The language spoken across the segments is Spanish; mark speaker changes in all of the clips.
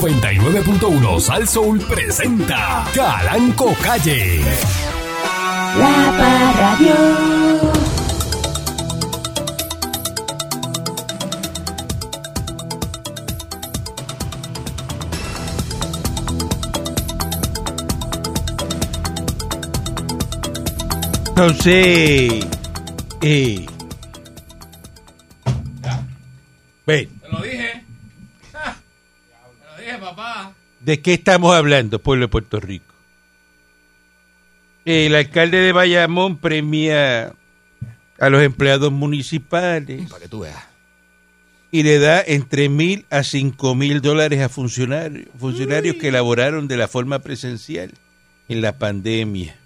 Speaker 1: 99.1 Sal Soul presenta Calanco Calle.
Speaker 2: La Parradio.
Speaker 3: Entonces, eh, ven,
Speaker 4: Te lo dije. Ah, Te lo dije, papá.
Speaker 3: ¿de qué estamos hablando, pueblo de Puerto Rico? El alcalde de Bayamón premia a los empleados municipales
Speaker 4: Para que tú veas.
Speaker 3: y le da entre mil a cinco mil dólares a funcionarios, funcionarios que laboraron de la forma presencial en la pandemia.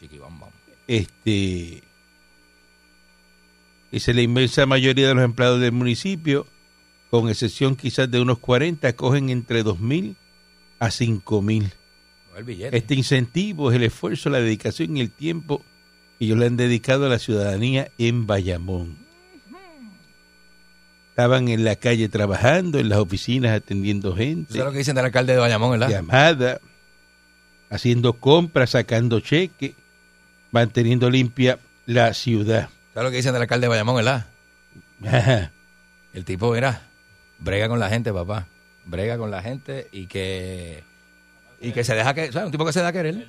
Speaker 4: Chiqui, vamos.
Speaker 3: este dice la inmensa mayoría de los empleados del municipio, con excepción quizás de unos 40, cogen entre 2.000 a 5.000.
Speaker 4: El billete.
Speaker 3: Este incentivo es el esfuerzo, la dedicación y el tiempo que ellos le han dedicado a la ciudadanía en Bayamón. Estaban en la calle trabajando, en las oficinas atendiendo
Speaker 4: Eso
Speaker 3: gente
Speaker 4: es lo que dicen del alcalde de Bayamón, ¿verdad?
Speaker 3: llamada, haciendo compras, sacando cheques, manteniendo limpia la ciudad.
Speaker 4: ¿Sabes lo que dicen del alcalde de Bayamón, verdad?
Speaker 3: Ajá.
Speaker 4: El tipo, mira, brega con la gente, papá. Brega con la gente y que. Y que se deja que. ¿Sabes? Un tipo que se deja querer.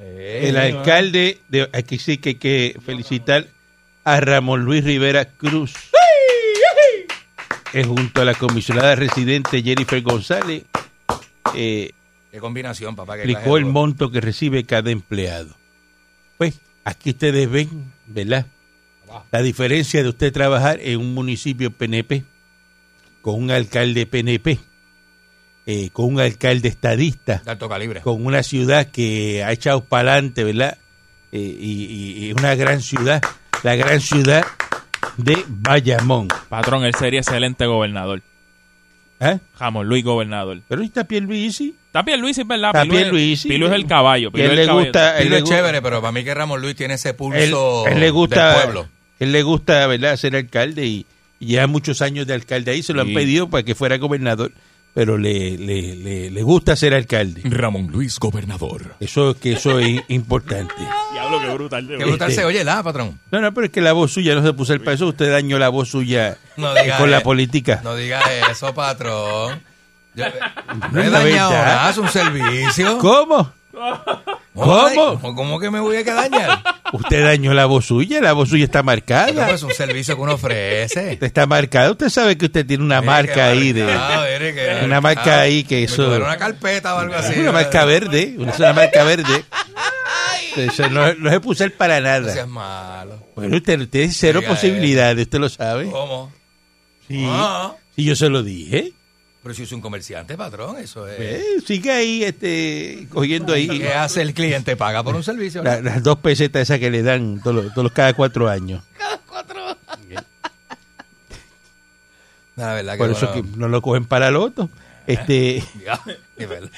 Speaker 4: Eh,
Speaker 3: El alcalde, de, aquí sí que hay que felicitar a Ramón Luis Rivera Cruz, que junto a la comisionada residente Jennifer González, eh,
Speaker 4: Qué combinación, papá. que
Speaker 3: explicó
Speaker 4: clase
Speaker 3: el
Speaker 4: de-
Speaker 3: monto que recibe cada empleado. Pues aquí ustedes ven, ¿verdad? La diferencia de usted trabajar en un municipio PNP, con un alcalde PNP, eh, con un alcalde estadista,
Speaker 4: de alto calibre.
Speaker 3: con una ciudad que ha echado para adelante, ¿verdad? Eh, y, y- y una gran ciudad, la gran ciudad de Bayamón.
Speaker 5: Patrón, él sería excelente gobernador.
Speaker 3: ¿Ah?
Speaker 5: Jamón Luis gobernador.
Speaker 3: Pero ahí está Pierluisi,
Speaker 5: También Luis es verdad.
Speaker 3: Está
Speaker 5: Ah, Pilu es-
Speaker 3: Pierluisi.
Speaker 5: Pilu es el caballo.
Speaker 3: que
Speaker 5: Pilu
Speaker 3: a
Speaker 5: es
Speaker 3: él
Speaker 5: el
Speaker 3: le
Speaker 5: caballo.
Speaker 3: gusta, a él
Speaker 4: Dilo
Speaker 3: le
Speaker 4: es
Speaker 3: gu-
Speaker 4: chévere, pero para mí que Ramón Luis tiene ese
Speaker 3: él,
Speaker 4: pulso
Speaker 3: él le gusta
Speaker 4: del pueblo.
Speaker 3: él le gusta verdad ser alcalde y, y lleva muchos años de alcalde ahí se lo han
Speaker 5: Sí.
Speaker 3: pedido para que fuera gobernador pero le, le, le, le gusta ser alcalde
Speaker 1: Ramón Luis Gobernador.
Speaker 3: eso que eso es importante
Speaker 5: Diablo, qué brutal. de
Speaker 4: Que
Speaker 5: verdad.
Speaker 3: Este-
Speaker 4: brutal se oye, ¿la, patrón?
Speaker 3: no no pero es que la voz suya no se puso el para eso usted dañó la voz suya
Speaker 4: No
Speaker 3: eh,
Speaker 4: diga
Speaker 3: con la
Speaker 4: eso.
Speaker 3: política
Speaker 4: No digas eso, patrón. Yo, no
Speaker 3: es
Speaker 4: he
Speaker 3: la
Speaker 4: dañado
Speaker 3: verdad.
Speaker 4: nada, es un servicio.
Speaker 3: cómo ¿Cómo?
Speaker 4: ¿Cómo, ¿Cómo que me voy a que dañar?
Speaker 3: usted dañó la voz suya la voz suya está
Speaker 4: No,
Speaker 3: marcada
Speaker 4: pues, es un servicio que uno ofrece.
Speaker 3: Usted está marcada usted sabe que usted tiene una marca ahí de una marca ahí que eso
Speaker 4: Era una carpeta o algo así.
Speaker 3: una marca verde, una, es una marca verde. Entonces, no, no se puso el para
Speaker 4: No
Speaker 3: nada.
Speaker 4: seas malo.
Speaker 3: Bueno, usted, usted tiene cero
Speaker 4: Diga
Speaker 3: posibilidades, usted lo sabe.
Speaker 4: ¿Cómo?
Speaker 3: Sí,
Speaker 4: eh, oh, Ah,
Speaker 3: sí, yo se lo dije.
Speaker 4: pero si es un comerciante, patrón, eso es.
Speaker 3: Eh, sigue ahí este, cogiendo ahí
Speaker 4: ¿Qué hace el cliente? Paga por un servicio.
Speaker 3: la- las dos pesetas esas que le dan todos los- todos los- cada cuatro años.
Speaker 4: La verdad que
Speaker 3: Por eso que
Speaker 4: bueno, Eh.
Speaker 3: no lo cogen para loto. Este,
Speaker 4: ya, de verdad.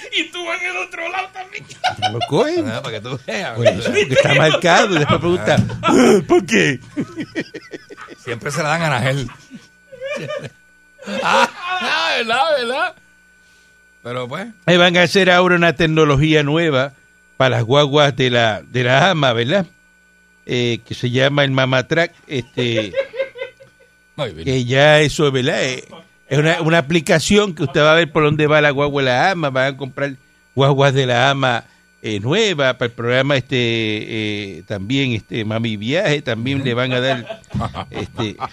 Speaker 3: no lo cogen.
Speaker 4: Ah, Para que tú veas.
Speaker 3: Por eso, porque está marcado. Y después pregunta, "Ah, ¿por qué?
Speaker 4: Siempre se la dan a Anagel. ah, ah, ¿verdad? ¿Verdad? Pero pues,
Speaker 3: Ahí van a hacer ahora una tecnología nueva para las guaguas de la, de la AMA, ¿verdad? Eh, que se llama el Mamatrack, este,
Speaker 4: muy bien.
Speaker 3: que ya eso, ¿verdad? Eh, es una, una aplicación que usted va a ver por dónde va la guagua de la AMA, van a comprar guaguas de la AMA eh, nueva para el programa este eh, también este Mami Viaje, también le van a dar este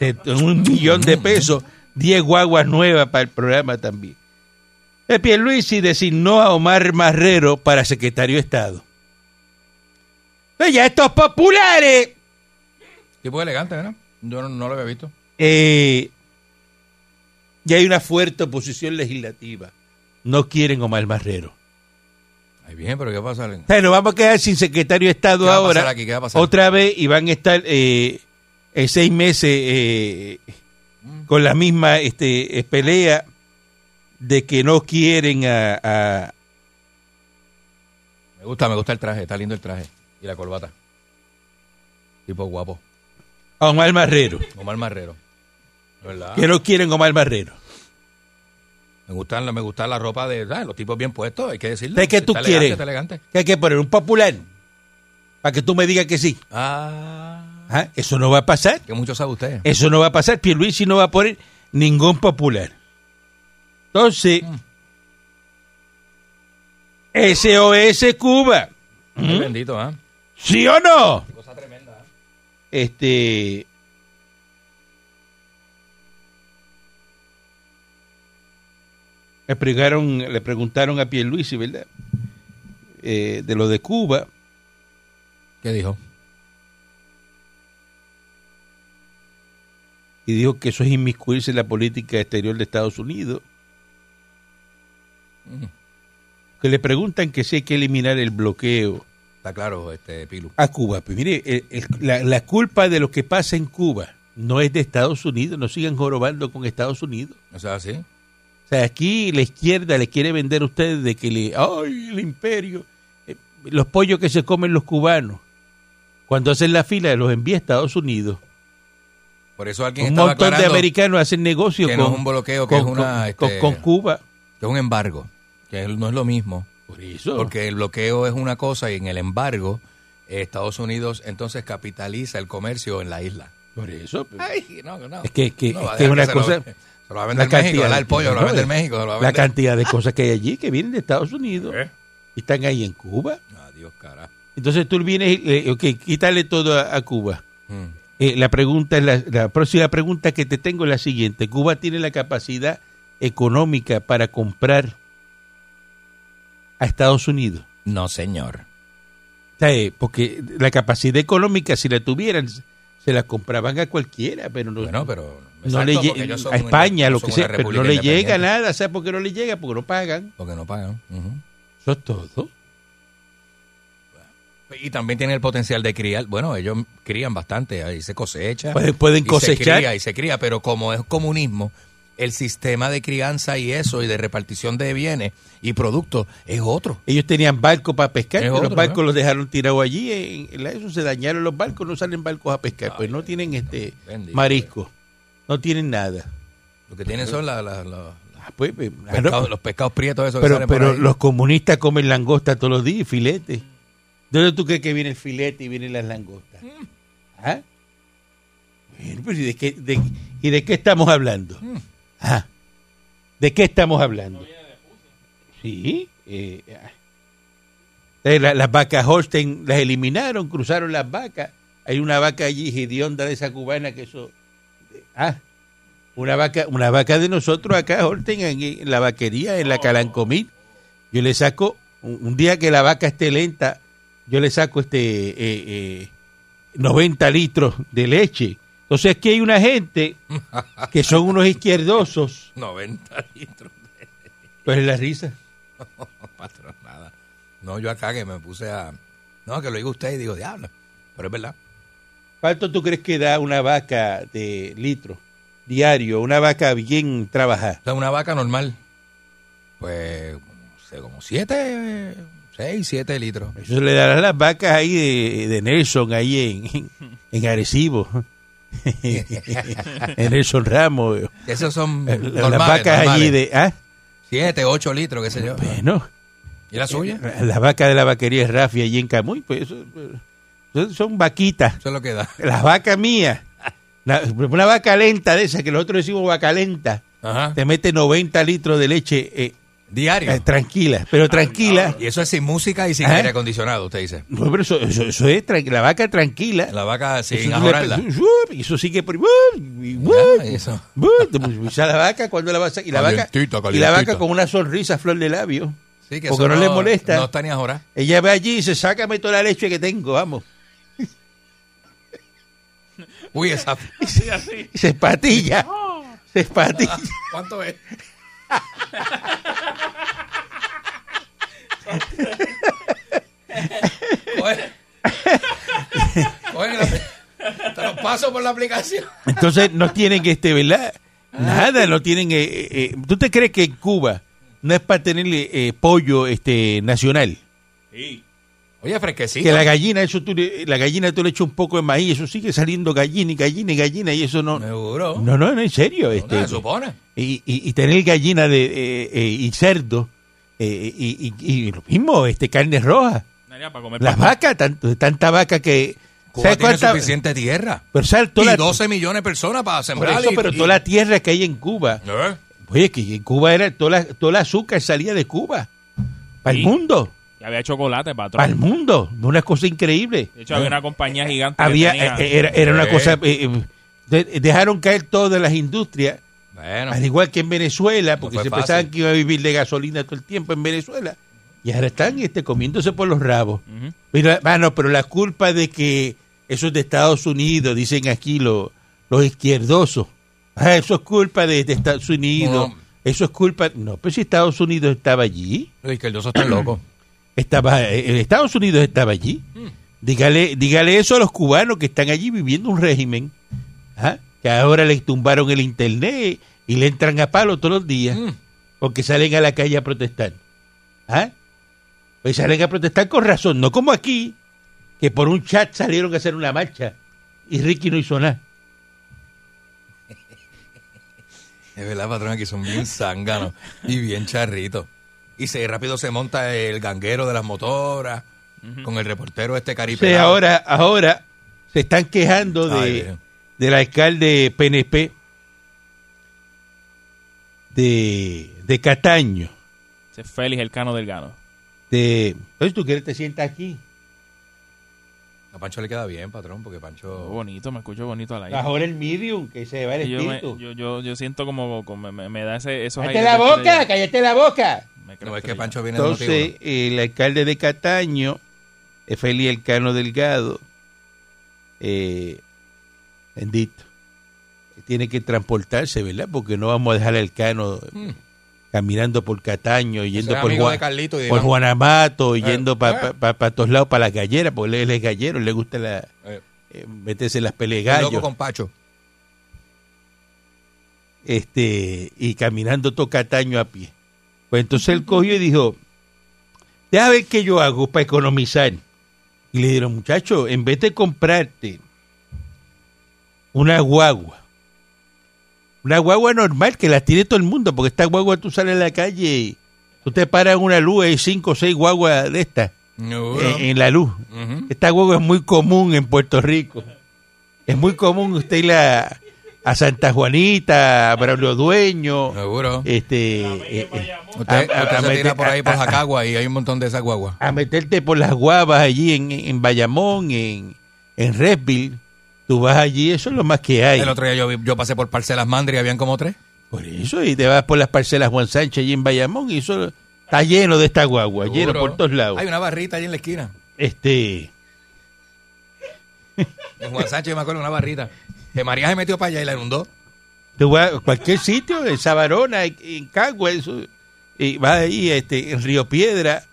Speaker 3: Este, un millón de pesos, 10 guaguas nuevas para el programa también. El Pierluisi designó a Omar Marrero para secretario de Estado. ¡Ey, ya estos populares!
Speaker 4: Tipo elegante, ¿verdad? Yo no, no lo había visto.
Speaker 3: Eh, ya hay una fuerte oposición legislativa. No quieren Omar Marrero.
Speaker 4: Ay, bien, pero ¿qué pasa? Len?
Speaker 3: O sea, nos vamos a quedar sin secretario de Estado
Speaker 4: ¿Qué va a
Speaker 3: ahora.
Speaker 4: pasar aquí? ¿Qué va a pasar?
Speaker 3: Otra vez y van a estar eh, eh, seis meses eh, con la misma este, eh, pelea de que no quieren a, a-
Speaker 4: Me gusta, me gusta el traje, está lindo el traje. Y la corbata. Tipo guapo.
Speaker 3: a Omar Marrero.
Speaker 4: Omar Marrero. ¿verdad?
Speaker 3: que no quieren Omar Barrero.
Speaker 4: Me gusta, me gusta la ropa de ¿sabes? los tipos bien puestos, hay que decirlo.
Speaker 3: ¿De qué tú
Speaker 4: Está elegante,
Speaker 3: quieres?
Speaker 4: está elegante.
Speaker 3: Que hay que poner un popular para que tú me digas que sí.
Speaker 4: Ah,
Speaker 3: Ajá, Eso no va a pasar.
Speaker 4: que mucho sabe usted.
Speaker 3: Eso no va a pasar. Pierluisi no va a poner ningún popular. Entonces, SOS Cuba.
Speaker 4: Ay, Bendito, ¿ah?
Speaker 3: ¿Sí o no? Este. Le preguntaron, le preguntaron a Pierluisi, ¿verdad? Eh, de lo de Cuba.
Speaker 4: ¿Qué dijo?
Speaker 3: y dijo que eso es inmiscuirse en la política exterior de Estados Unidos. Que le preguntan que si hay que eliminar el bloqueo
Speaker 4: Está claro, este Pilu.
Speaker 3: a Cuba. Pues mire, el- el- la, la culpa de lo que pasa en Cuba no es de Estados Unidos, no sigan jorobando con Estados Unidos.
Speaker 4: O sea, sí.
Speaker 3: O sea, aquí la izquierda le quiere vender a ustedes de que le, ¡ay, el imperio! Eh, Los pollos que se comen los cubanos, cuando hacen la fila, los envía a Estados Unidos.
Speaker 4: Por eso alguien
Speaker 3: Un
Speaker 4: estaba
Speaker 3: montón de
Speaker 4: aclarando
Speaker 3: americanos hacen negocio
Speaker 4: que
Speaker 3: con,
Speaker 4: no es un bloqueo, que
Speaker 3: con-
Speaker 4: es una,
Speaker 3: con-
Speaker 4: este-
Speaker 3: con Cuba.
Speaker 4: que es un embargo, que no es lo mismo.
Speaker 3: Por eso.
Speaker 4: Porque el bloqueo es una cosa y en el embargo, eh, Estados Unidos entonces capitaliza el comercio en la isla.
Speaker 3: Por eso. pues.
Speaker 4: Ay, no, no.
Speaker 3: Es que- que-
Speaker 4: No va a
Speaker 3: es que es
Speaker 4: dejar
Speaker 3: una
Speaker 4: se lo-
Speaker 3: cosa-
Speaker 4: se lo va a vender México, ¿verdad? El pollo se lo va a vender
Speaker 3: no,
Speaker 4: México, se lo va a ah. Eh.
Speaker 3: La
Speaker 4: vender.
Speaker 3: cantidad de cosas que hay allí que vienen de Estados Unidos y están ahí en Cuba.
Speaker 4: Adiós, carajo.
Speaker 3: Entonces tú vienes, eh, ok, quítale todo a, a Cuba.
Speaker 4: Mm.
Speaker 3: Eh, la pregunta es la, la próxima pregunta que te tengo es la siguiente. ¿Cuba tiene la capacidad económica para comprar a Estados Unidos?
Speaker 4: No, señor.
Speaker 3: O sea, eh, porque la capacidad económica, si la tuvieran, se la compraban a cualquiera, pero no,
Speaker 4: Bueno, pero.
Speaker 3: no le
Speaker 4: Exacto,
Speaker 3: lle-
Speaker 4: porque ellos son
Speaker 3: a
Speaker 4: una-
Speaker 3: España, lo
Speaker 4: son
Speaker 3: que
Speaker 4: una
Speaker 3: sea, pero no
Speaker 4: república
Speaker 3: le llega
Speaker 4: independiente.
Speaker 3: nada. ¿Sabes por qué no le llega? Porque no pagan.
Speaker 4: Porque no pagan. ujú.
Speaker 3: Eso es todo.
Speaker 4: Y también tienen el potencial de criar. Bueno, ellos crían bastante, ahí se cosecha.
Speaker 3: Pueden- pueden
Speaker 4: y se
Speaker 3: cosechar.
Speaker 4: cría, y se cría, pero como es comunismo, el sistema de crianza y eso, y de repartición de bienes y productos, es otro.
Speaker 3: Ellos tenían barcos para pescar,
Speaker 4: Es
Speaker 3: pero los
Speaker 4: otro,
Speaker 3: barcos
Speaker 4: ¿no?
Speaker 3: los dejaron tirados allí. En, en la- eso se dañaron los barcos, no salen barcos a pescar. pues no tienen este
Speaker 4: Ah, bendito.
Speaker 3: marisco, no tienen nada.
Speaker 4: Lo que tienen son la- la- la- la-
Speaker 3: Ah, pues, pues, ah, no,
Speaker 4: pescados- los pescados prietos, esos que
Speaker 3: pero
Speaker 4: salen por
Speaker 3: pero
Speaker 4: ahí.
Speaker 3: los comunistas comen langosta todos los días, y filete. ¿De dónde tú crees que viene el filete y vienen las
Speaker 4: Mm.
Speaker 3: langostas? ¿Ah? Bueno, pero ¿y, de qué, de- y de qué estamos hablando?
Speaker 4: Mm.
Speaker 3: Ah, ¿De qué estamos hablando? Sí. eh, ah. Eh, la- las vacas Holstein las eliminaron, cruzaron las vacas. Hay una vaca allí, hedionda de esa cubana que eso... Ah, una vaca, una vaca de nosotros acá, Holstein, en, en la vaquería, en la Calancomil. Yo le saco, un, un día que la vaca esté lenta, yo le saco este eh, eh, 90 litros de leche. Entonces aquí hay una gente que son unos izquierdosos.
Speaker 4: 90 litros
Speaker 3: Pues es la risa.
Speaker 4: de patronada. No, yo acá que me puse a. No, que lo diga usted y digo, diablo. Pero es verdad.
Speaker 3: ¿Cuánto tú crees que da una vaca de litro diario? Una vaca bien trabajada.
Speaker 4: O sea, una vaca normal, pues, no sé, como 7, 6, 7 litros.
Speaker 3: Eso le darán las vacas ahí de, de Nelson, ahí en, en Arecibo. en Nelson Ramos.
Speaker 4: Esos son
Speaker 3: Eh,
Speaker 4: normales,
Speaker 3: las vacas allí
Speaker 4: normales.
Speaker 3: de. Ah,
Speaker 4: 7, 8 litros, qué sé yo.
Speaker 3: bueno.
Speaker 4: ¿Y la suya?
Speaker 3: La vaca de la vaquería es Rafi allí en Camuy, pues eso, eso son vaquitas.
Speaker 4: Eso es lo que da.
Speaker 3: Las vacas mías. La- una vaca lenta de esa que nosotros decimos vaca lenta.
Speaker 4: Ajá.
Speaker 3: Te mete 90 litros de leche eh,
Speaker 4: Diario.
Speaker 3: eh, tranquila, pero tranquila.
Speaker 4: Y eso es sin música y sin
Speaker 3: Ajá.
Speaker 4: aire acondicionado, usted dice.
Speaker 3: No, pero eso, eso- eso es tra- la vaca tranquila.
Speaker 4: La vaca
Speaker 3: Eso
Speaker 4: sin
Speaker 3: tú le-
Speaker 4: ajorarla.
Speaker 3: y eso sigue por y-
Speaker 4: Ya, y eso.
Speaker 3: y- y ya la vaca cuando la vas a- y la vaca
Speaker 4: Calientito,
Speaker 3: y la vaca
Speaker 4: calientito.
Speaker 3: con una sonrisa a flor de labio.
Speaker 4: Sí, que
Speaker 3: Porque
Speaker 4: eso
Speaker 3: no le molesta.
Speaker 4: No está ni ajorada.
Speaker 3: Ella ve allí y dice, "Sácame toda la leche que tengo, vamos."
Speaker 4: Uy, esa.
Speaker 3: Y se espatilla. Se espatilla.
Speaker 4: ¿Cuánto es? Coge- coge la- te los paso por la aplicación.
Speaker 3: Entonces no tienen este, ¿verdad? Nada, no tienen. eh, eh, eh. ¿Tú te crees que en Cuba no es para tener eh, pollo este nacional?
Speaker 5: Sí.
Speaker 4: Oye, fresquecito.
Speaker 3: Que la gallina, eso tú, le- la gallina tú le echas un poco de maíz, eso sigue saliendo gallina y gallina y gallina, y eso no.
Speaker 4: Seguro.
Speaker 3: No, no, no, en serio.
Speaker 4: No,
Speaker 3: Este,
Speaker 4: se supone.
Speaker 3: y, y, y tener gallina de, eh, eh, y cerdo, eh, y, y- y lo mismo, este carne roja.
Speaker 5: Daría para comer
Speaker 3: Las
Speaker 5: papa.
Speaker 3: vacas, tanto, tanta vaca que.
Speaker 4: Cuba tiene
Speaker 3: cuánta-
Speaker 4: suficiente tierra.
Speaker 3: Pero ¿sabes
Speaker 4: Y
Speaker 3: toda la-
Speaker 4: 12 millones de personas para
Speaker 3: por
Speaker 4: sembrar.
Speaker 3: eso,
Speaker 4: y-
Speaker 3: pero
Speaker 4: y-
Speaker 3: toda la tierra que hay en Cuba.
Speaker 4: ¿Eh?
Speaker 3: Oye, que en Cuba era. Toda la, toda la azúcar salía de Cuba. Para el
Speaker 5: Sí.
Speaker 3: mundo.
Speaker 5: Y había chocolate, patrón.
Speaker 3: Para el mundo. Una cosa increíble.
Speaker 5: De hecho, había una compañía gigante.
Speaker 3: había
Speaker 5: que tenía-
Speaker 3: eh, era, era una
Speaker 4: Sí.
Speaker 3: cosa eh, eh, de- dejaron caer todas las industrias
Speaker 4: Bueno,
Speaker 3: al igual que en Venezuela porque
Speaker 4: fue
Speaker 3: se
Speaker 4: fácil.
Speaker 3: pensaban que iba a vivir de gasolina todo el tiempo en Venezuela y ahora están este comiéndose por los rabos
Speaker 5: Ujú.
Speaker 3: pero mano pero la culpa de que eso es de Estados Unidos dicen aquí lo- los izquierdosos Ah, eso es culpa de, de Estados Unidos
Speaker 4: No.
Speaker 3: eso es culpa no pero si Estados Unidos estaba allí
Speaker 4: los izquierdosos están locos.
Speaker 3: estaba eh, eh, Estados Unidos estaba allí. Dígale, dígale eso a los cubanos que están allí viviendo un régimen, ¿ah? que ahora les tumbaron el internet y le entran a palo todos los días
Speaker 4: Mm.
Speaker 3: porque salen a la calle a protestar. ¿ah? Pues salen a protestar con razón, no como aquí, que por un chat salieron a hacer una marcha y Ricky no hizo nada.
Speaker 4: Es verdad, patrón, aquí son bien zánganos y bien charritos. Y se, rápido se monta el ganguero de las motoras con el reportero este
Speaker 3: O sea,
Speaker 4: caripelado.
Speaker 3: ahora, ahora se están quejando de,
Speaker 4: Ay, Dios.
Speaker 3: del alcalde PNP de, de Cataño.
Speaker 5: Ese es Félix el Cano Delgado.
Speaker 3: De, Oye, tú quieres te sientas aquí.
Speaker 4: A Pancho le queda bien, patrón, porque
Speaker 5: Oh,
Speaker 4: Pancho...
Speaker 5: Bonito, me escucho bonito al aire.
Speaker 3: Ahora el medium, que se va el
Speaker 5: yo, me-
Speaker 3: espíritu.
Speaker 5: yo, yo, yo siento como, como me, me da ese, esos
Speaker 3: ¡Cállate la
Speaker 5: aires de
Speaker 3: boca!
Speaker 5: estrella.
Speaker 3: ¡Cállate la boca!
Speaker 5: Me creo
Speaker 4: No es que
Speaker 5: estrella.
Speaker 4: Pancho viene de
Speaker 3: Entonces,
Speaker 4: motivo.
Speaker 3: el alcalde de Cataño, eh, Félix Elcano Delgado, eh, bendito, tiene que transportarse, ¿verdad? Porque no vamos a dejar al Elcano
Speaker 4: Mm.
Speaker 3: caminando por Cataño, yendo
Speaker 4: es
Speaker 3: por,
Speaker 4: amigo
Speaker 3: Juan-
Speaker 4: de Carlito y de
Speaker 3: por
Speaker 4: Iván.
Speaker 3: Juanamato,
Speaker 4: Eh,
Speaker 3: yendo para
Speaker 4: eh.
Speaker 3: todos lados, para la gallera, porque él es gallero, le gusta la,
Speaker 4: Eh,
Speaker 3: eh, meterse en las
Speaker 4: el
Speaker 3: peleas
Speaker 4: loco con Pacho.
Speaker 3: este, y caminando todo Cataño a pie. Pues entonces él cogió y dijo, deja ver qué yo hago para economizar. Y le dijeron, muchacho, en vez de comprarte una guagua, una guagua normal que la tiene todo el mundo, porque esta guagua tú sales a la calle y tú te paras en una luz, hay cinco o seis guaguas de estas
Speaker 4: Seguro.
Speaker 3: en, en la luz.
Speaker 4: Ujú.
Speaker 3: Esta huevo es muy común en Puerto Rico. Es muy común usted ir a, a Santa Juanita, a Braulio Dueño,
Speaker 4: Seguro.
Speaker 3: este, eh, ah, eh,
Speaker 4: Usted,
Speaker 3: a- a-
Speaker 4: usted
Speaker 3: a
Speaker 4: se tira
Speaker 3: meter-
Speaker 4: por ahí por
Speaker 3: a- a-
Speaker 4: Jacagua y hay un montón de esas guaguas.
Speaker 3: a meterte por las guavas allí en, en Bayamón, en, en Redville. Tú vas allí, eso es lo más que hay.
Speaker 4: El otro día yo, vi- yo pasé por Parcelas Mandri y habían como tres.
Speaker 3: Por eso, y te vas por las parcelas Juan Sánchez allí en Bayamón y eso está lleno de esta guagua, lleno
Speaker 4: Seguro.
Speaker 3: por todos lados.
Speaker 4: Hay una barrita ahí en la esquina.
Speaker 3: Este,
Speaker 4: En Juan Sánchez, yo me acuerdo, una barrita. Que María se metió para allá y la inundó.
Speaker 3: Tú vas a cualquier sitio, en Sabarona, en- en Cagua, eso, y vas ahí este, en Río Piedra,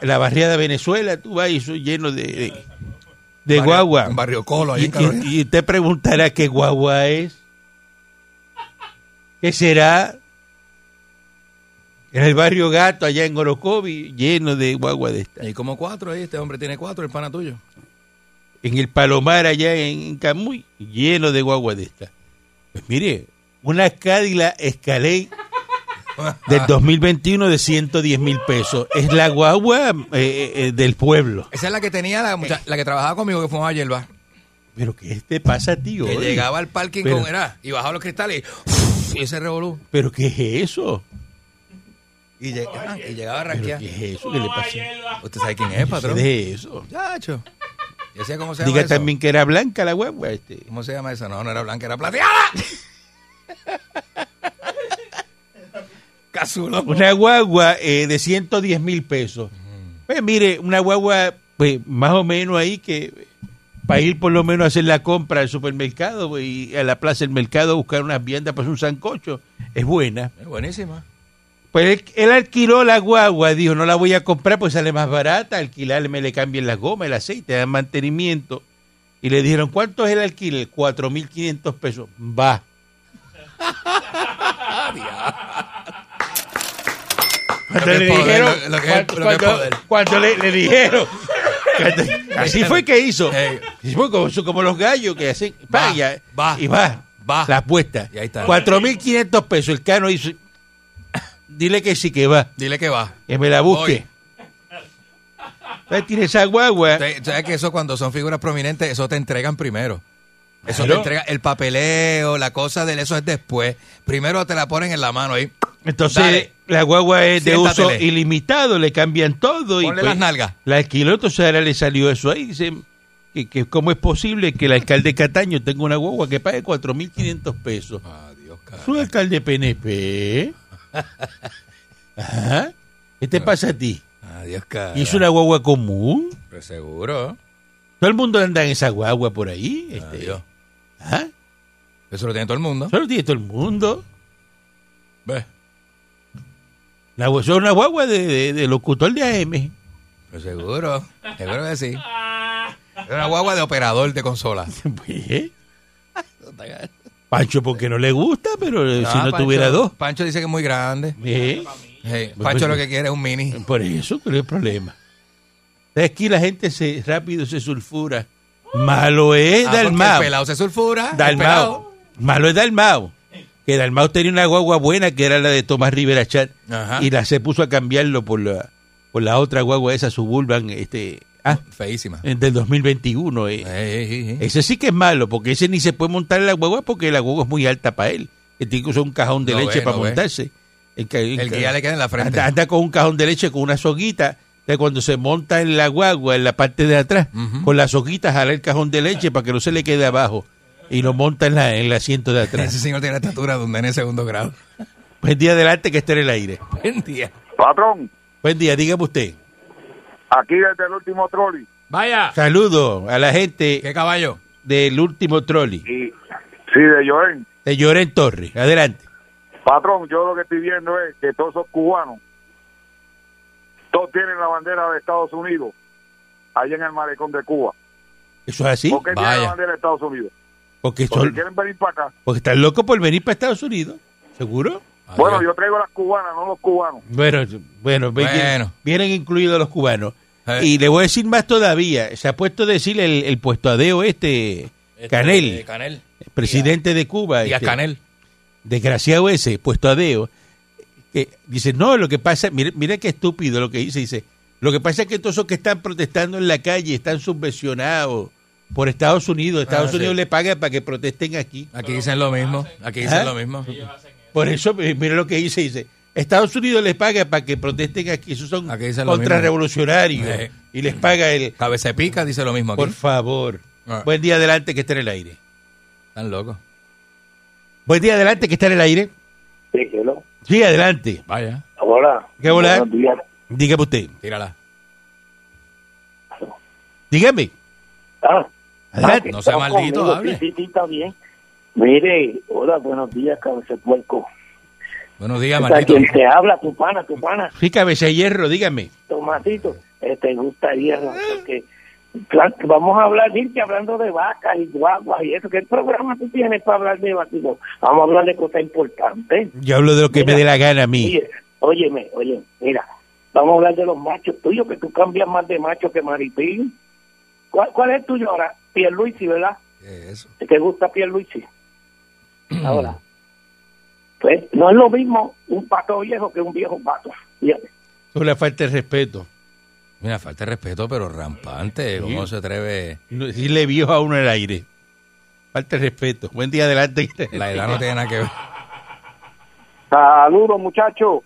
Speaker 3: en la barriada de Venezuela, tú vas y eso lleno de, de, de
Speaker 4: Barrio-
Speaker 3: guagua.
Speaker 4: En Barrio Colo, ahí
Speaker 3: Y,
Speaker 4: en Carolina.
Speaker 3: y- y usted preguntará qué guagua es. ¿Qué será? En el barrio Gato, allá en Orocovi, lleno de guagua de esta.
Speaker 4: Hay como cuatro ahí, este hombre tiene cuatro, el pana tuyo.
Speaker 3: en el Palomar allá en Camuy, lleno de guagua de esta. Pues mire, una Cádila Escalade
Speaker 4: Ah.
Speaker 3: del 2021 de 110 mil pesos. Es la guagua eh, eh, del pueblo.
Speaker 4: Esa es la que tenía la, mucha- la que trabajaba conmigo que fumaba hierba.
Speaker 3: Pero ¿qué te pasa, tío?
Speaker 4: Que
Speaker 3: Oye,
Speaker 4: llegaba al parking
Speaker 3: Pero-
Speaker 4: con era y bajaba los cristales y, y ese revolú.
Speaker 3: ¿Pero qué es eso?
Speaker 4: Y, lleg- ah, y llegaba a
Speaker 3: ¿Pero
Speaker 4: rasquear.
Speaker 3: qué es eso? ¿Qué le pasa?
Speaker 4: Usted sabe quién es,
Speaker 3: ¿Qué
Speaker 4: patrón.
Speaker 3: es eso?
Speaker 4: Chacho. Yo decía cómo se llama.
Speaker 3: Diga
Speaker 4: eso.
Speaker 3: también que era blanca la guagua. Este.
Speaker 4: ¿Cómo se llama eso? No, no era blanca, era plateada. Cazulo.
Speaker 3: Una guagua eh, de 110 mil pesos. Pues mire, una guagua, pues más o menos ahí que para ir por lo menos a hacer la compra al supermercado pues, y a la plaza del mercado a buscar unas viandas para hacer un sancocho, es buena.
Speaker 4: Es buenísima.
Speaker 3: Pues él, él alquiló la guagua, dijo, no la voy a comprar, pues sale más barata, alquilarme, le cambian las gomas, el aceite, dan mantenimiento. Y le dijeron, ¿cuánto es el alquiler? 4.500 pesos. Va. Cuando
Speaker 4: Lo que
Speaker 3: le
Speaker 4: es poder,
Speaker 3: dijeron,
Speaker 4: lo- lo que es-
Speaker 3: cuando-
Speaker 4: lo que es
Speaker 3: cuando-
Speaker 4: poder.
Speaker 3: cuando le- le dijeron, Así fue que hizo.
Speaker 4: Ey.
Speaker 3: Y fue como, como los gallos que hacen.
Speaker 4: Va,
Speaker 3: pa, y a-
Speaker 4: va,
Speaker 3: y va.
Speaker 4: va.
Speaker 3: La apuesta.
Speaker 4: Y ahí está.
Speaker 3: 4.500 pesos. El cano hizo. Dile que sí que va.
Speaker 4: Dile que va.
Speaker 3: Que me la busque. Ahí Tiene esa guagua.
Speaker 4: Te- ¿Sabes que eso cuando son figuras prominentes, eso te entregan primero? Eso
Speaker 3: Claro.
Speaker 4: te entrega el papeleo, la cosa del eso es después. Primero te la ponen en la mano ahí.
Speaker 3: Entonces,
Speaker 4: Dale.
Speaker 3: la guagua es de
Speaker 4: Siéntatele.
Speaker 3: uso ilimitado, le cambian todo. y pues,
Speaker 4: Ponle las nalgas.
Speaker 3: La alquiló, entonces ahora le salió eso ahí. Dice que, que cómo es posible que el alcalde de Cataño tenga una guagua que pague 4.500 pesos.
Speaker 4: Adiós, cara.
Speaker 3: Su alcalde PNP. Ajá. ¿Ah? ¿Qué te pasa a ti?
Speaker 4: Adiós, cara.
Speaker 3: ¿Y es una guagua común?
Speaker 4: Pero seguro.
Speaker 3: Todo el mundo anda en esa guagua por ahí. este,
Speaker 4: Adiós.
Speaker 3: ajá.
Speaker 4: Eso lo tiene todo el mundo.
Speaker 3: Solo tiene todo el mundo.
Speaker 4: Ve.
Speaker 3: La, gua- son una guagua de, de- de locutor de AM.
Speaker 4: Pero seguro. Seguro que sí. Es una guagua de operador de consola.
Speaker 3: Pues, Pancho porque no le gusta, pero eh, si
Speaker 4: Ah,
Speaker 3: no
Speaker 4: Pancho-
Speaker 3: tuviera dos.
Speaker 4: Pancho dice que es muy grande.
Speaker 3: Eh,
Speaker 4: Hey,
Speaker 3: Pues,
Speaker 4: Pancho
Speaker 3: pues,
Speaker 4: lo que quiere es un mini.
Speaker 3: Por eso creo el problema. Es que la gente se rápido se sulfura. Malo es
Speaker 4: Ah, porque el
Speaker 3: Dalmao.
Speaker 4: pelado se sulfura. el pelado.
Speaker 3: Dalmao. Malo es Dalmao. Que Dalmao tenía una guagua buena que era la de Tomás Rivera Chat.
Speaker 4: Ajá.
Speaker 3: Y la se puso a cambiarlo por la, por la otra guagua esa suburban este ah,
Speaker 4: Feísima.
Speaker 3: del 2021. eh.
Speaker 4: Ey, ey, ey.
Speaker 3: Ese sí que es malo, porque ese ni se puede montar en la guagua porque la guagua es muy alta para él. Que tiene que usar un cajón de
Speaker 4: Lo
Speaker 3: leche
Speaker 4: ve,
Speaker 3: para
Speaker 4: lo ve.
Speaker 3: montarse. El, ca- el
Speaker 4: El
Speaker 3: ca-
Speaker 4: guía le queda en la frente.
Speaker 3: Anda, anda con un cajón de leche con una soguita. De cuando se monta en la guagua, en la parte de atrás, con la soguita jala el cajón de leche para que no se le quede abajo. Y lo monta en, la, en el asiento de
Speaker 4: Ese
Speaker 3: atrás.
Speaker 4: señor tiene la estatura de un nene de segundo grado.
Speaker 3: Buen día adelante que esté en el aire.
Speaker 4: Buen día.
Speaker 6: Patrón,
Speaker 3: Buen día, dígame usted.
Speaker 6: aquí desde el último trolley.
Speaker 4: Vaya.
Speaker 3: Saludo a la gente
Speaker 4: ¿Qué caballo?
Speaker 3: del último trolley,
Speaker 6: Y, sí, de Joel.
Speaker 3: de Lloren Torres. Adelante.
Speaker 6: Patrón, yo lo que estoy viendo es que todos esos cubanos, todos tienen la bandera de Estados Unidos, allá en el malecón de Cuba.
Speaker 3: ¿Eso es así?
Speaker 6: ¿Por qué tienen
Speaker 4: Vaya.
Speaker 6: la bandera de Estados Unidos?
Speaker 3: Porque,
Speaker 6: Porque
Speaker 3: son,
Speaker 6: quieren venir para acá.
Speaker 3: porque están locos por venir para Estados Unidos. ¿Seguro?
Speaker 6: Bueno, yo traigo las cubanas, no los cubanos.
Speaker 3: Bueno, bueno, ve-
Speaker 4: Bueno.
Speaker 3: vienen incluidos los cubanos.
Speaker 4: Eh.
Speaker 3: Y le voy a decir más todavía. Se ha puesto a decir el, el puesto adeo este, Canel,
Speaker 4: eh, Canel.
Speaker 3: presidente de Cuba.
Speaker 4: Díaz
Speaker 3: este,
Speaker 4: Canel.
Speaker 3: Desgraciado ese, puesto adeo. Que dice, no, lo que pasa, mire, mire qué estúpido lo que dice. Dice, lo que pasa es que todos esos que están protestando en la calle están subvencionados por Estados Unidos. Estados
Speaker 4: Ah,
Speaker 3: Unidos
Speaker 4: sí.
Speaker 3: le paga para que protesten aquí.
Speaker 4: Aquí dicen lo mismo. Aquí
Speaker 3: ¿Ah?
Speaker 4: dicen lo mismo.
Speaker 3: Por eso, eh, mira lo que dice, dice, Estados Unidos les paga para que protesten aquí, esos son
Speaker 4: Aquí dice lo
Speaker 3: contrarrevolucionarios.
Speaker 4: mismo. Eh.
Speaker 3: Y les paga el,
Speaker 4: Cabeza de pica dice lo mismo aquí.
Speaker 3: por favor.
Speaker 4: Ah.
Speaker 3: Buen día adelante que está en el aire.
Speaker 4: Están locos.
Speaker 3: Buen día adelante que está en el aire.
Speaker 7: Sí, hello.
Speaker 3: Sí, adelante.
Speaker 4: Vaya.
Speaker 7: Hola.
Speaker 3: ¿Qué hola?
Speaker 7: Buenos días.
Speaker 3: Dígame usted.
Speaker 4: Tírala.
Speaker 3: Dígame.
Speaker 7: Ah,
Speaker 3: Adelante.
Speaker 4: No sea
Speaker 7: está
Speaker 4: maldito,
Speaker 7: conmigo.
Speaker 4: hable.
Speaker 7: Sí, sí, sí, está bien. Mire, hola, buenos días, cabeza de puerco.
Speaker 4: Buenos días,
Speaker 7: O sea,
Speaker 4: maldito.
Speaker 7: quien te habla, tu pana, tu pana,
Speaker 3: Sí, cabeza de hierro, dígame.
Speaker 7: Tomasito, eh, te gustaría, ¿no? Porque, claro, que vamos a hablar, irte hablando de vacas y guaguas y eso. ¿Qué programa tú tienes para hablar de vacas? Vamos a hablar de cosas importantes.
Speaker 3: Yo hablo de lo que
Speaker 7: Mira.
Speaker 3: me dé la gana a mí.
Speaker 7: Oye, óyeme, oye, mira, vamos a hablar de los machos tuyos, que tú cambias más de macho que maripín. ¿Cuál, cuál es el tuyo ahora? Pierluisi, ¿verdad?
Speaker 4: ¿Qué es eso?
Speaker 7: ¿Te gusta Pierluisi? Ahora. Pues no es lo mismo un pato viejo que un viejo pato. Fíjate.
Speaker 3: Sobre la falta de respeto.
Speaker 4: Mira, falta de respeto, pero rampante. ¿Cómo se atreve?
Speaker 3: No, Decirle viejo a uno en el aire. Falta de respeto. Buen día adelante. que está-
Speaker 4: La edad no tiene nada que ver.
Speaker 6: Saludos, muchachos.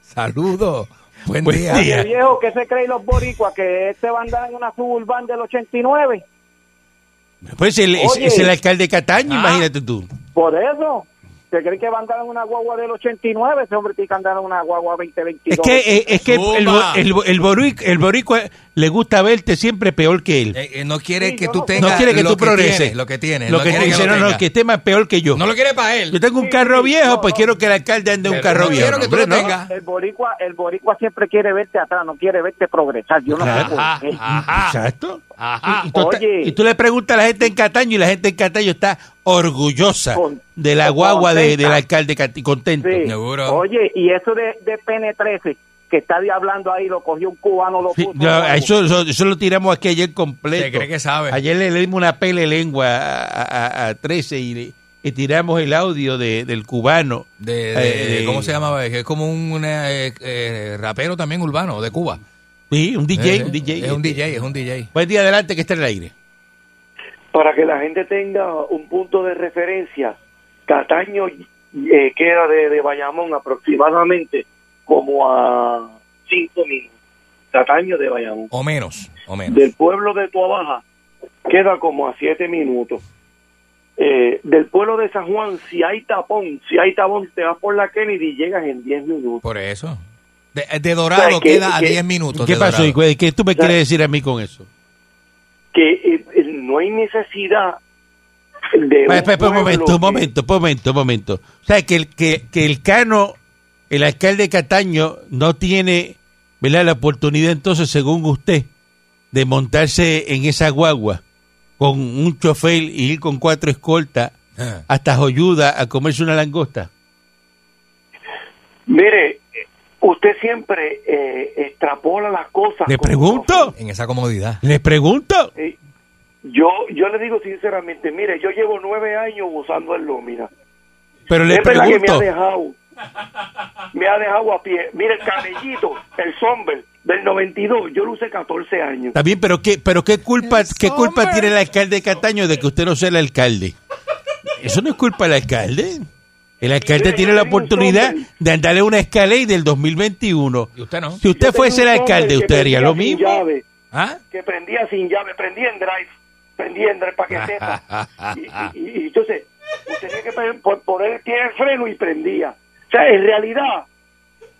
Speaker 4: Saludos. Buen,
Speaker 3: Buen
Speaker 4: día.
Speaker 3: día.
Speaker 6: viejo, ¿qué se creen los boricuas? Que este va a andar en una suburban del 89.
Speaker 3: Pues el- es,
Speaker 6: Oye.
Speaker 3: es el alcalde de Cataño,
Speaker 4: Ah.
Speaker 3: imagínate tú.
Speaker 6: Por eso. ¿Se cree que va a andar en una guagua del 89? Ese hombre tiene que andar en una guagua 2022.
Speaker 3: Es que, eh, es que el,
Speaker 4: Zumba.
Speaker 3: el, el, boricua, el boricua le gusta verte siempre peor que él.
Speaker 4: Eh, eh, no quiere
Speaker 6: Sí,
Speaker 4: que
Speaker 6: yo
Speaker 4: tú
Speaker 6: no-
Speaker 4: tengas.
Speaker 3: no quiere que
Speaker 4: lo
Speaker 3: tú progreses.
Speaker 4: tienes, lo que tienes.
Speaker 3: Lo
Speaker 4: no
Speaker 3: que
Speaker 4: quiere
Speaker 3: te
Speaker 4: que lo
Speaker 3: dicen, no, no,
Speaker 4: tengas.
Speaker 3: que esté más peor que yo.
Speaker 4: No lo quiere para él.
Speaker 3: yo tengo un carro viejo, pues quiero que el alcalde ande un
Speaker 4: Pero
Speaker 3: carro
Speaker 4: no
Speaker 3: viejo.
Speaker 4: quiero que tú
Speaker 3: hombre, no.
Speaker 4: lo tengas.
Speaker 6: El boricua, el boricua siempre quiere verte atrás, no quiere verte progresar. Yo no sé
Speaker 3: Claro.
Speaker 6: por qué.
Speaker 3: ah, Exacto. Y, y tú
Speaker 6: Oye.
Speaker 3: estás- y tú le preguntas a la gente en Cataño y la gente en Cataño está orgullosa
Speaker 6: Con-
Speaker 3: de la guagua de-
Speaker 6: contenta.
Speaker 3: del alcalde Cataño, contento.
Speaker 6: Sí.
Speaker 4: Seguro.
Speaker 6: Oye, y eso de, de PN13,
Speaker 7: que está hablando ahí, lo cogió un cubano, lo
Speaker 3: Sí,
Speaker 7: puso.
Speaker 3: no, eso, eso- eso lo tiramos aquí ayer completo.
Speaker 4: Se cree que sabe.
Speaker 3: Ayer le dimos una pele lengua a, a- a- a 13 y, le- y tiramos el audio de- del cubano.
Speaker 4: De, de-
Speaker 3: Eh,
Speaker 4: de- ¿Cómo se llamaba? Es como un una, eh, eh, rapero también urbano de Cuba.
Speaker 3: Sí, un DJ.
Speaker 4: Eh,
Speaker 3: un DJ.
Speaker 4: Es un DJ, es un DJ.
Speaker 3: Buen día, adelante, que está en el aire.
Speaker 8: para que la gente tenga un punto de referencia, Cataño eh, queda de, de Bayamón aproximadamente como a 5 minutos. Cataño de Bayamón.
Speaker 4: O menos, o menos.
Speaker 8: Del pueblo de Tuabaja queda como a 7 minutos. Eh, del pueblo de San Juan, si hay tapón, si hay tapón, te vas por la Kennedy y llegas en 10 minutos.
Speaker 4: Por eso. De, eh, de Dorado
Speaker 8: O sea, que-
Speaker 4: queda a
Speaker 8: que-
Speaker 4: 10 minutos.
Speaker 3: ¿Qué
Speaker 4: de
Speaker 3: pasó,
Speaker 4: Dorado.
Speaker 3: Igüey? ¿Qué tú me quieres decir a mí con eso?
Speaker 8: Que eh, eh, no hay necesidad de...
Speaker 3: Espera, espera, un
Speaker 8: pueblo
Speaker 3: momento, un
Speaker 8: que-
Speaker 3: momento, un momento, un momento. O sea, que el, que, que el Cano, el alcalde de Cataño, no tiene ¿verdad? la oportunidad entonces, según usted, de montarse en esa guagua con un chofer y ir con cuatro escoltas
Speaker 4: Ah.
Speaker 3: hasta Joyuda a comerse una langosta.
Speaker 8: Mire, usted siempre eh, extrapola las cosas.
Speaker 3: ¿Le
Speaker 8: como-
Speaker 3: pregunto?
Speaker 4: En esa comodidad.
Speaker 3: ¿Les pregunto?
Speaker 8: Eh, yo, yo le digo sinceramente, mire, yo llevo nueve años usando el Lumina.
Speaker 3: Pero le
Speaker 8: Es verdad que me ha
Speaker 3: pregunto.
Speaker 8: dejado, me ha dejado a pie. Mire, el cabellito, el somber del 92, yo lo usé 14 años.
Speaker 3: También, pero qué, pero qué culpa, qué culpa tiene el alcalde de Cataño de que usted no sea el alcalde. Eso no es culpa del alcalde. El alcalde
Speaker 8: Mire,
Speaker 3: tiene
Speaker 8: yo
Speaker 3: la
Speaker 8: tengo un
Speaker 3: oportunidad
Speaker 8: sombrero.
Speaker 3: de andarle una escalera y del 2021.
Speaker 4: Y usted no.
Speaker 3: Si usted
Speaker 8: Yo
Speaker 3: fuese el
Speaker 8: tenía un
Speaker 3: alcalde,
Speaker 8: somber que
Speaker 3: usted haría
Speaker 8: prendía
Speaker 3: lo
Speaker 8: sin
Speaker 3: mismo.
Speaker 8: llave,
Speaker 4: ¿Ah?
Speaker 8: que prendía sin llave, prendía en drive, prendía en drive para que sepa. Y, y- y- y entonces, usted tenía que pe- po- poner el pie en el freno y prendía. O sea, en realidad,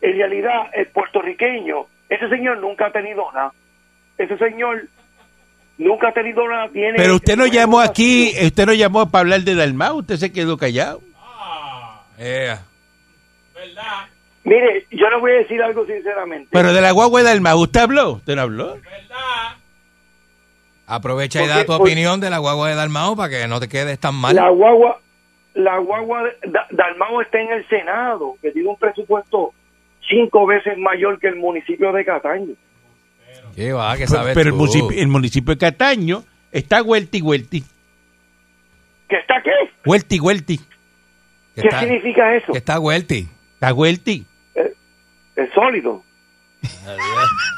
Speaker 8: en realidad, el puertorriqueño, ese señor nunca ha tenido nada. Ese señor nunca ha tenido nada. Tiene
Speaker 3: Pero usted no llamó aquí, eh. usted no llamó para hablar de Dalmau, usted se quedó callado.
Speaker 4: Eh,
Speaker 8: Mire, yo le voy a decir algo sinceramente.
Speaker 3: Pero de la guagua de Dalmau, ¿usted habló? ¿Usted no habló?
Speaker 4: aprovecha y
Speaker 8: Porque-
Speaker 4: da tu
Speaker 8: porque-
Speaker 4: opinión de la guagua de Dalmao para que no te quedes tan mal.
Speaker 8: La guagua, la guagua de- Da- Dalmau está en el Senado, que tiene un presupuesto cinco veces mayor que el municipio de Cataño.
Speaker 4: ¿Qué va? ¿Qué
Speaker 3: Pero,
Speaker 4: sabes
Speaker 3: pero el,
Speaker 4: tú?
Speaker 3: municipio, el municipio de Cataño está huelti, huelti,
Speaker 8: ¿Que está qué?
Speaker 3: huelti, huelti,
Speaker 4: Que
Speaker 8: ¿Qué
Speaker 4: está,
Speaker 8: significa eso?
Speaker 4: que está Huelti.
Speaker 3: está huelti.
Speaker 8: Es sólido. Eh,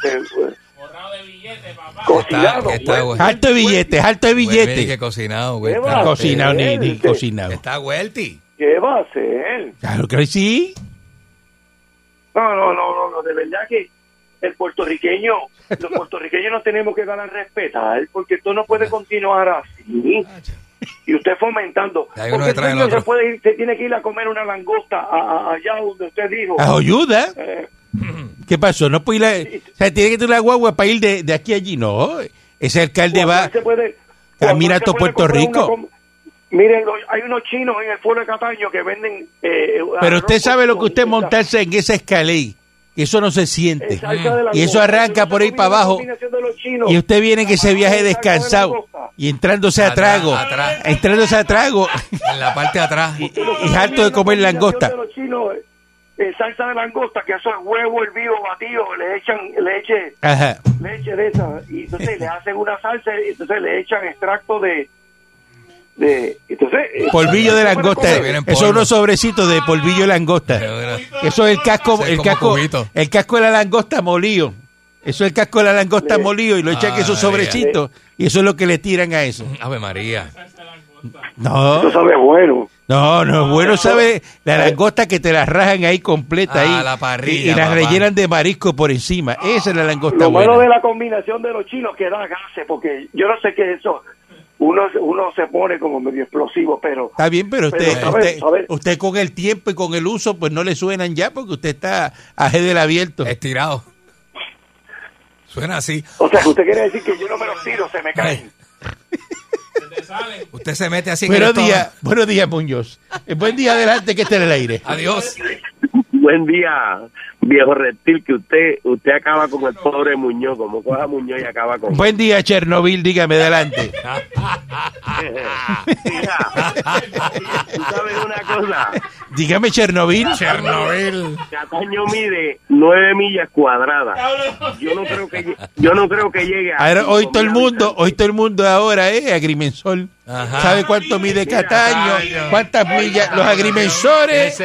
Speaker 8: eh,
Speaker 4: Está,
Speaker 8: Cocinado. pues,
Speaker 4: que está Huelti.
Speaker 3: Alto de billetes, alto de
Speaker 4: Huelti, que
Speaker 3: billetes.
Speaker 4: cocinado, Huelti.
Speaker 8: va?
Speaker 3: Cocinado,
Speaker 8: Huelti.
Speaker 3: ni, ni cocinado.
Speaker 4: Está Huelti.
Speaker 8: ¿Qué va a hacer?
Speaker 3: Claro que sí.
Speaker 8: No, no, no, no, no, de verdad que el puertorriqueño, los puertorriqueños nos tenemos que dar a respetar, porque esto no puede continuar así. Y usted fomentando.
Speaker 4: Hay
Speaker 8: Porque
Speaker 4: uno detrás del
Speaker 8: usted
Speaker 4: otro.
Speaker 8: se, puede ir, se tiene que ir a comer una langosta a- a- allá donde usted dijo.
Speaker 3: A Joyuda.
Speaker 8: Eh,
Speaker 3: ¿Qué pasó? No puede ir a- o sea, tiene que tener una guagua para ir de, de aquí a allí. No, ese alcalde
Speaker 8: cuando
Speaker 3: va.
Speaker 8: él se puede-
Speaker 3: camina
Speaker 8: cuando él
Speaker 3: a
Speaker 8: se
Speaker 3: todo
Speaker 8: puede
Speaker 3: Puerto
Speaker 8: comprar
Speaker 3: Rico.
Speaker 8: una com- Miren, lo- hay unos chinos en el pueblo de Cataño que venden... eh,
Speaker 3: Pero
Speaker 8: arroz
Speaker 3: usted
Speaker 8: con-
Speaker 3: sabe lo que
Speaker 8: con
Speaker 3: usted
Speaker 8: esa-
Speaker 3: montarse en esa escalera. Eso no se siente.
Speaker 8: esa salsa de
Speaker 3: Y eso
Speaker 8: langosta.
Speaker 3: arranca por ahí
Speaker 8: combina-
Speaker 3: para abajo.
Speaker 8: combinación de los chinos.
Speaker 3: Y usted viene en ese
Speaker 8: Abajo
Speaker 3: viaje
Speaker 8: del saco de
Speaker 3: descansado
Speaker 8: langosta.
Speaker 3: y entrándose a
Speaker 4: Atrás,
Speaker 3: trago.
Speaker 4: atrás.
Speaker 3: Entrándose a trago
Speaker 4: En la parte de atrás.
Speaker 3: y, y harto de comer langosta.
Speaker 8: De los chinos, eh, eh, salsa de langosta, que eso es huevo hervido, batido, le echan leche,
Speaker 3: Ajá.
Speaker 8: leche de esa, y entonces le hacen una salsa, y entonces le echan extracto de... de entonces, eh,
Speaker 3: Polvillo de
Speaker 8: eso puede
Speaker 3: langosta.
Speaker 4: Se viene
Speaker 8: comer.
Speaker 4: en
Speaker 3: Eso
Speaker 4: polvo.
Speaker 3: es unos sobrecitos de polvillo de langosta. Eso es el casco,
Speaker 4: Ese es
Speaker 3: el
Speaker 4: como
Speaker 3: casco,
Speaker 4: cubito.
Speaker 3: el casco de la langosta molido. Eso es el casco de la langosta
Speaker 8: Le-
Speaker 3: molido y lo echan en esos
Speaker 4: Ah,
Speaker 3: sobrecitos y eso es lo que le tiran a eso.
Speaker 4: Ave María.
Speaker 8: Eso
Speaker 3: No,
Speaker 8: sabe bueno.
Speaker 3: no, no, bueno, sabe la langosta que te la rajan ahí completa
Speaker 4: Ah,
Speaker 3: ahí
Speaker 4: la parrilla,
Speaker 3: y, y la
Speaker 4: papá.
Speaker 3: rellenan de marisco por encima. Esa es la langosta
Speaker 8: Lo
Speaker 3: buena.
Speaker 8: malo de la combinación de los chinos que da gases, porque yo no sé qué es eso. Uno, uno se pone como medio explosivo, pero...
Speaker 3: Está bien, pero usted,
Speaker 8: Pero, a ver,
Speaker 3: usted,
Speaker 8: a ver.
Speaker 3: usted con el tiempo y con el uso, pues no le suenan ya porque usted está a del abierto.
Speaker 4: Estirado. Suena así.
Speaker 8: O sea, que usted quiere decir que yo no me los tiro, se me caen.
Speaker 4: Usted se mete así en el
Speaker 3: Buenos
Speaker 4: estómago.
Speaker 3: días, buenos días, Muñoz. Eh, Buen día adelante que esté en el aire.
Speaker 4: Adiós.
Speaker 9: Buen día.
Speaker 8: viejo reptil que usted usted acaba con el pobre Muñoz, como coja Muñoz y acaba con
Speaker 3: Buen día, Chernobyl, dígame adelante.
Speaker 8: Mira, tú sabes una cosa,
Speaker 3: Dígame Chernobyl.
Speaker 4: Chernobyl.
Speaker 8: Cataño mide nueve millas cuadradas. Yo no creo que lle- yo no creo que llegue a
Speaker 3: Ahora, hoy
Speaker 8: cinco
Speaker 3: todo el
Speaker 8: mil
Speaker 3: mundo,
Speaker 8: habitantes.
Speaker 3: hoy todo el mundo ahora, ¿eh? Agrimensol.
Speaker 4: Ajá.
Speaker 3: ¿Sabe cuánto mide Cataño? ¿Cuántas millas? Los agrimensores,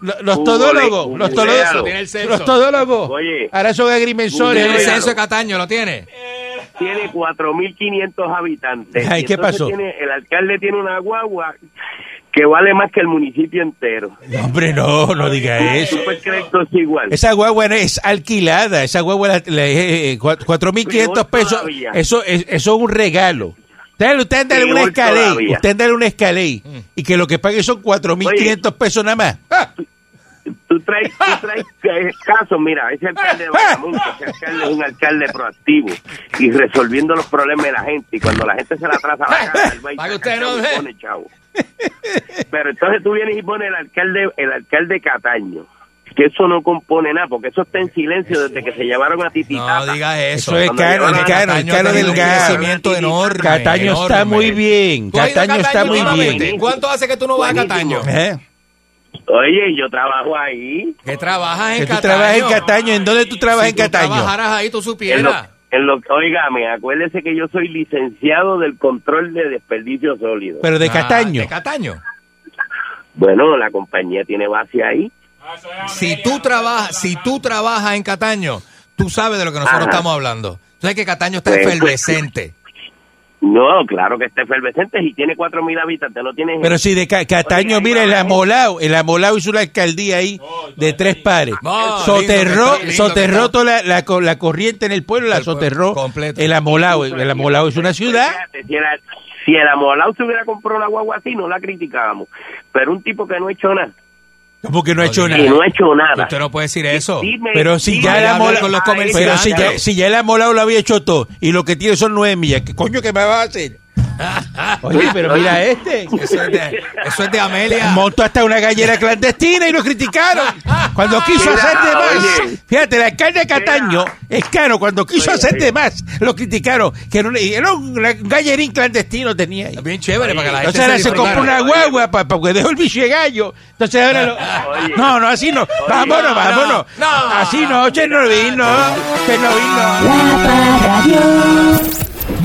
Speaker 3: lo- los
Speaker 8: Un
Speaker 3: todólogos,
Speaker 8: gole-
Speaker 3: los
Speaker 8: un
Speaker 3: todólogos,
Speaker 8: goleado.
Speaker 4: Tiene el censo.
Speaker 3: los todólogos.
Speaker 8: Oye.
Speaker 3: Ahora son
Speaker 4: ¿Tiene el
Speaker 3: agrimensores.
Speaker 4: censo de Cataño? ¿Lo tiene? Ah.
Speaker 8: tiene 4.500 habitantes.
Speaker 3: Ay,
Speaker 8: Y
Speaker 3: ¿qué
Speaker 8: entonces
Speaker 3: pasó?
Speaker 8: tiene- el alcalde tiene una guagua que vale más que el municipio entero.
Speaker 3: No, hombre, no, no diga eso.
Speaker 8: ¿Tú puedes creer que es igual?
Speaker 3: Esa guagua no es alquilada, esa guagua la, la- eh, eh, cua- 4.500
Speaker 8: Peor
Speaker 3: pesos,
Speaker 8: todavía.
Speaker 3: eso es, eso es un regalo. Dale, usted anda en una
Speaker 8: Peor
Speaker 3: escalé,
Speaker 8: todavía.
Speaker 3: usted anda en una escalé y que lo que pague son 4.500 pesos nada más. ¡Ah!
Speaker 8: Tú traes, tú traes eh, casos, mira, ese alcalde de Bayamón, que ese alcalde es un alcalde proactivo y resolviendo los problemas de la gente. Y cuando la gente se la atrasa a la casa, él va y
Speaker 4: Para que
Speaker 8: saca
Speaker 4: usted no
Speaker 8: chavo y
Speaker 4: vea.
Speaker 8: pone chavo. Pero entonces tú vienes y pones el alcalde, el alcalde Cataño. Que eso no compone nada, porque eso está en silencio desde que se llevaron a Tititata.
Speaker 4: No diga eso.
Speaker 3: Eso es
Speaker 8: Cuando
Speaker 3: caro,
Speaker 8: llegaron
Speaker 3: es
Speaker 8: a
Speaker 3: caro, es
Speaker 4: Cataño
Speaker 3: caro
Speaker 4: ha tenido
Speaker 3: delgado.
Speaker 4: un crecimiento enorme.
Speaker 3: Cataño está
Speaker 4: enorme.
Speaker 3: muy bien,
Speaker 4: ¿Tú has ido a
Speaker 3: Cataño está muy
Speaker 4: solamente?
Speaker 3: bien.
Speaker 4: ¿Cuánto hace que tú no vas a Cataño?
Speaker 8: Buenísimo.
Speaker 3: ¿Eh?
Speaker 8: Oye, yo trabajo ahí.
Speaker 4: Que trabajas
Speaker 3: Que
Speaker 4: en
Speaker 3: tú
Speaker 4: Cataño.
Speaker 3: trabajas en Cataño, ¿en dónde tú trabajas
Speaker 4: Si
Speaker 3: en
Speaker 4: tú
Speaker 3: Cataño?
Speaker 4: trabajaras ahí, tú
Speaker 8: En lo,
Speaker 4: supieras.
Speaker 8: en lo, oígame, acuérdese que yo soy licenciado del control de desperdicios sólidos.
Speaker 3: Pero de
Speaker 4: Ah,
Speaker 3: Cataño.
Speaker 4: de Cataño.
Speaker 8: bueno, la compañía tiene base ahí.
Speaker 4: Si tú trabajas, si tú trabajas en Cataño, tú sabes de lo que nosotros
Speaker 8: Ajá.
Speaker 4: estamos hablando. Tú sabes que Cataño está
Speaker 8: Pues,
Speaker 4: efervescente.
Speaker 8: No, claro que está efervescente y tiene 4.000 habitantes, no tiene...
Speaker 3: Pero si de Ca- Cataño,
Speaker 8: Oye,
Speaker 3: mira, el
Speaker 8: ahí va,
Speaker 3: amolao, el amolao hizo una alcaldía ahí de tres pares.
Speaker 4: No, Ah, lindo
Speaker 3: soterró,
Speaker 4: que está, lindo que
Speaker 3: soterró
Speaker 4: está.
Speaker 3: toda la, la co- la corriente en el pueblo, la
Speaker 4: El pueblo,
Speaker 3: soterró.
Speaker 4: completo.
Speaker 3: El amolao, pues, el amolao es una ciudad.
Speaker 8: Fíjate, Pues, Si, era, si el amolado se hubiera comprado una guagua así, no la criticábamos. Pero un tipo que no ha hecho nada,
Speaker 3: Como que no ha hecho
Speaker 4: diga.
Speaker 3: nada.
Speaker 8: y no ha hecho nada.
Speaker 4: Usted no puede decir eso.
Speaker 8: Dime-
Speaker 3: Pero si
Speaker 8: dime-
Speaker 3: ya la
Speaker 4: hablar
Speaker 3: mola,
Speaker 4: con los comerciantes.
Speaker 3: pero si ya, si ya el amolao lo había hecho todo y lo que tiene son nueve millas, ¿qué coño que me va a hacer? Oye, pero mira este.
Speaker 4: Eso es de, eso es de Amelia.
Speaker 3: Montó hasta una gallera clandestina y lo criticaron. Cuando quiso
Speaker 8: Ah, Mira,
Speaker 3: hacer de más.
Speaker 8: oye.
Speaker 3: Fíjate, el alcalde de Cataño es caro. Cuando quiso hacer de más, lo criticaron. Que era un, era un gallerín clandestino tenía ahí.
Speaker 4: Bien chévere para que la
Speaker 3: Entonces
Speaker 4: gente
Speaker 3: ahora se
Speaker 4: disfrutara.
Speaker 3: compró una guagua para que dejó el bicho de gallo. Entonces ahora lo-
Speaker 8: Oye.
Speaker 3: No, no, así no. Vámonos, vámonos.
Speaker 4: no, no.
Speaker 3: Así no, Chernobyl no. Chernobyl no.
Speaker 2: La Parradio.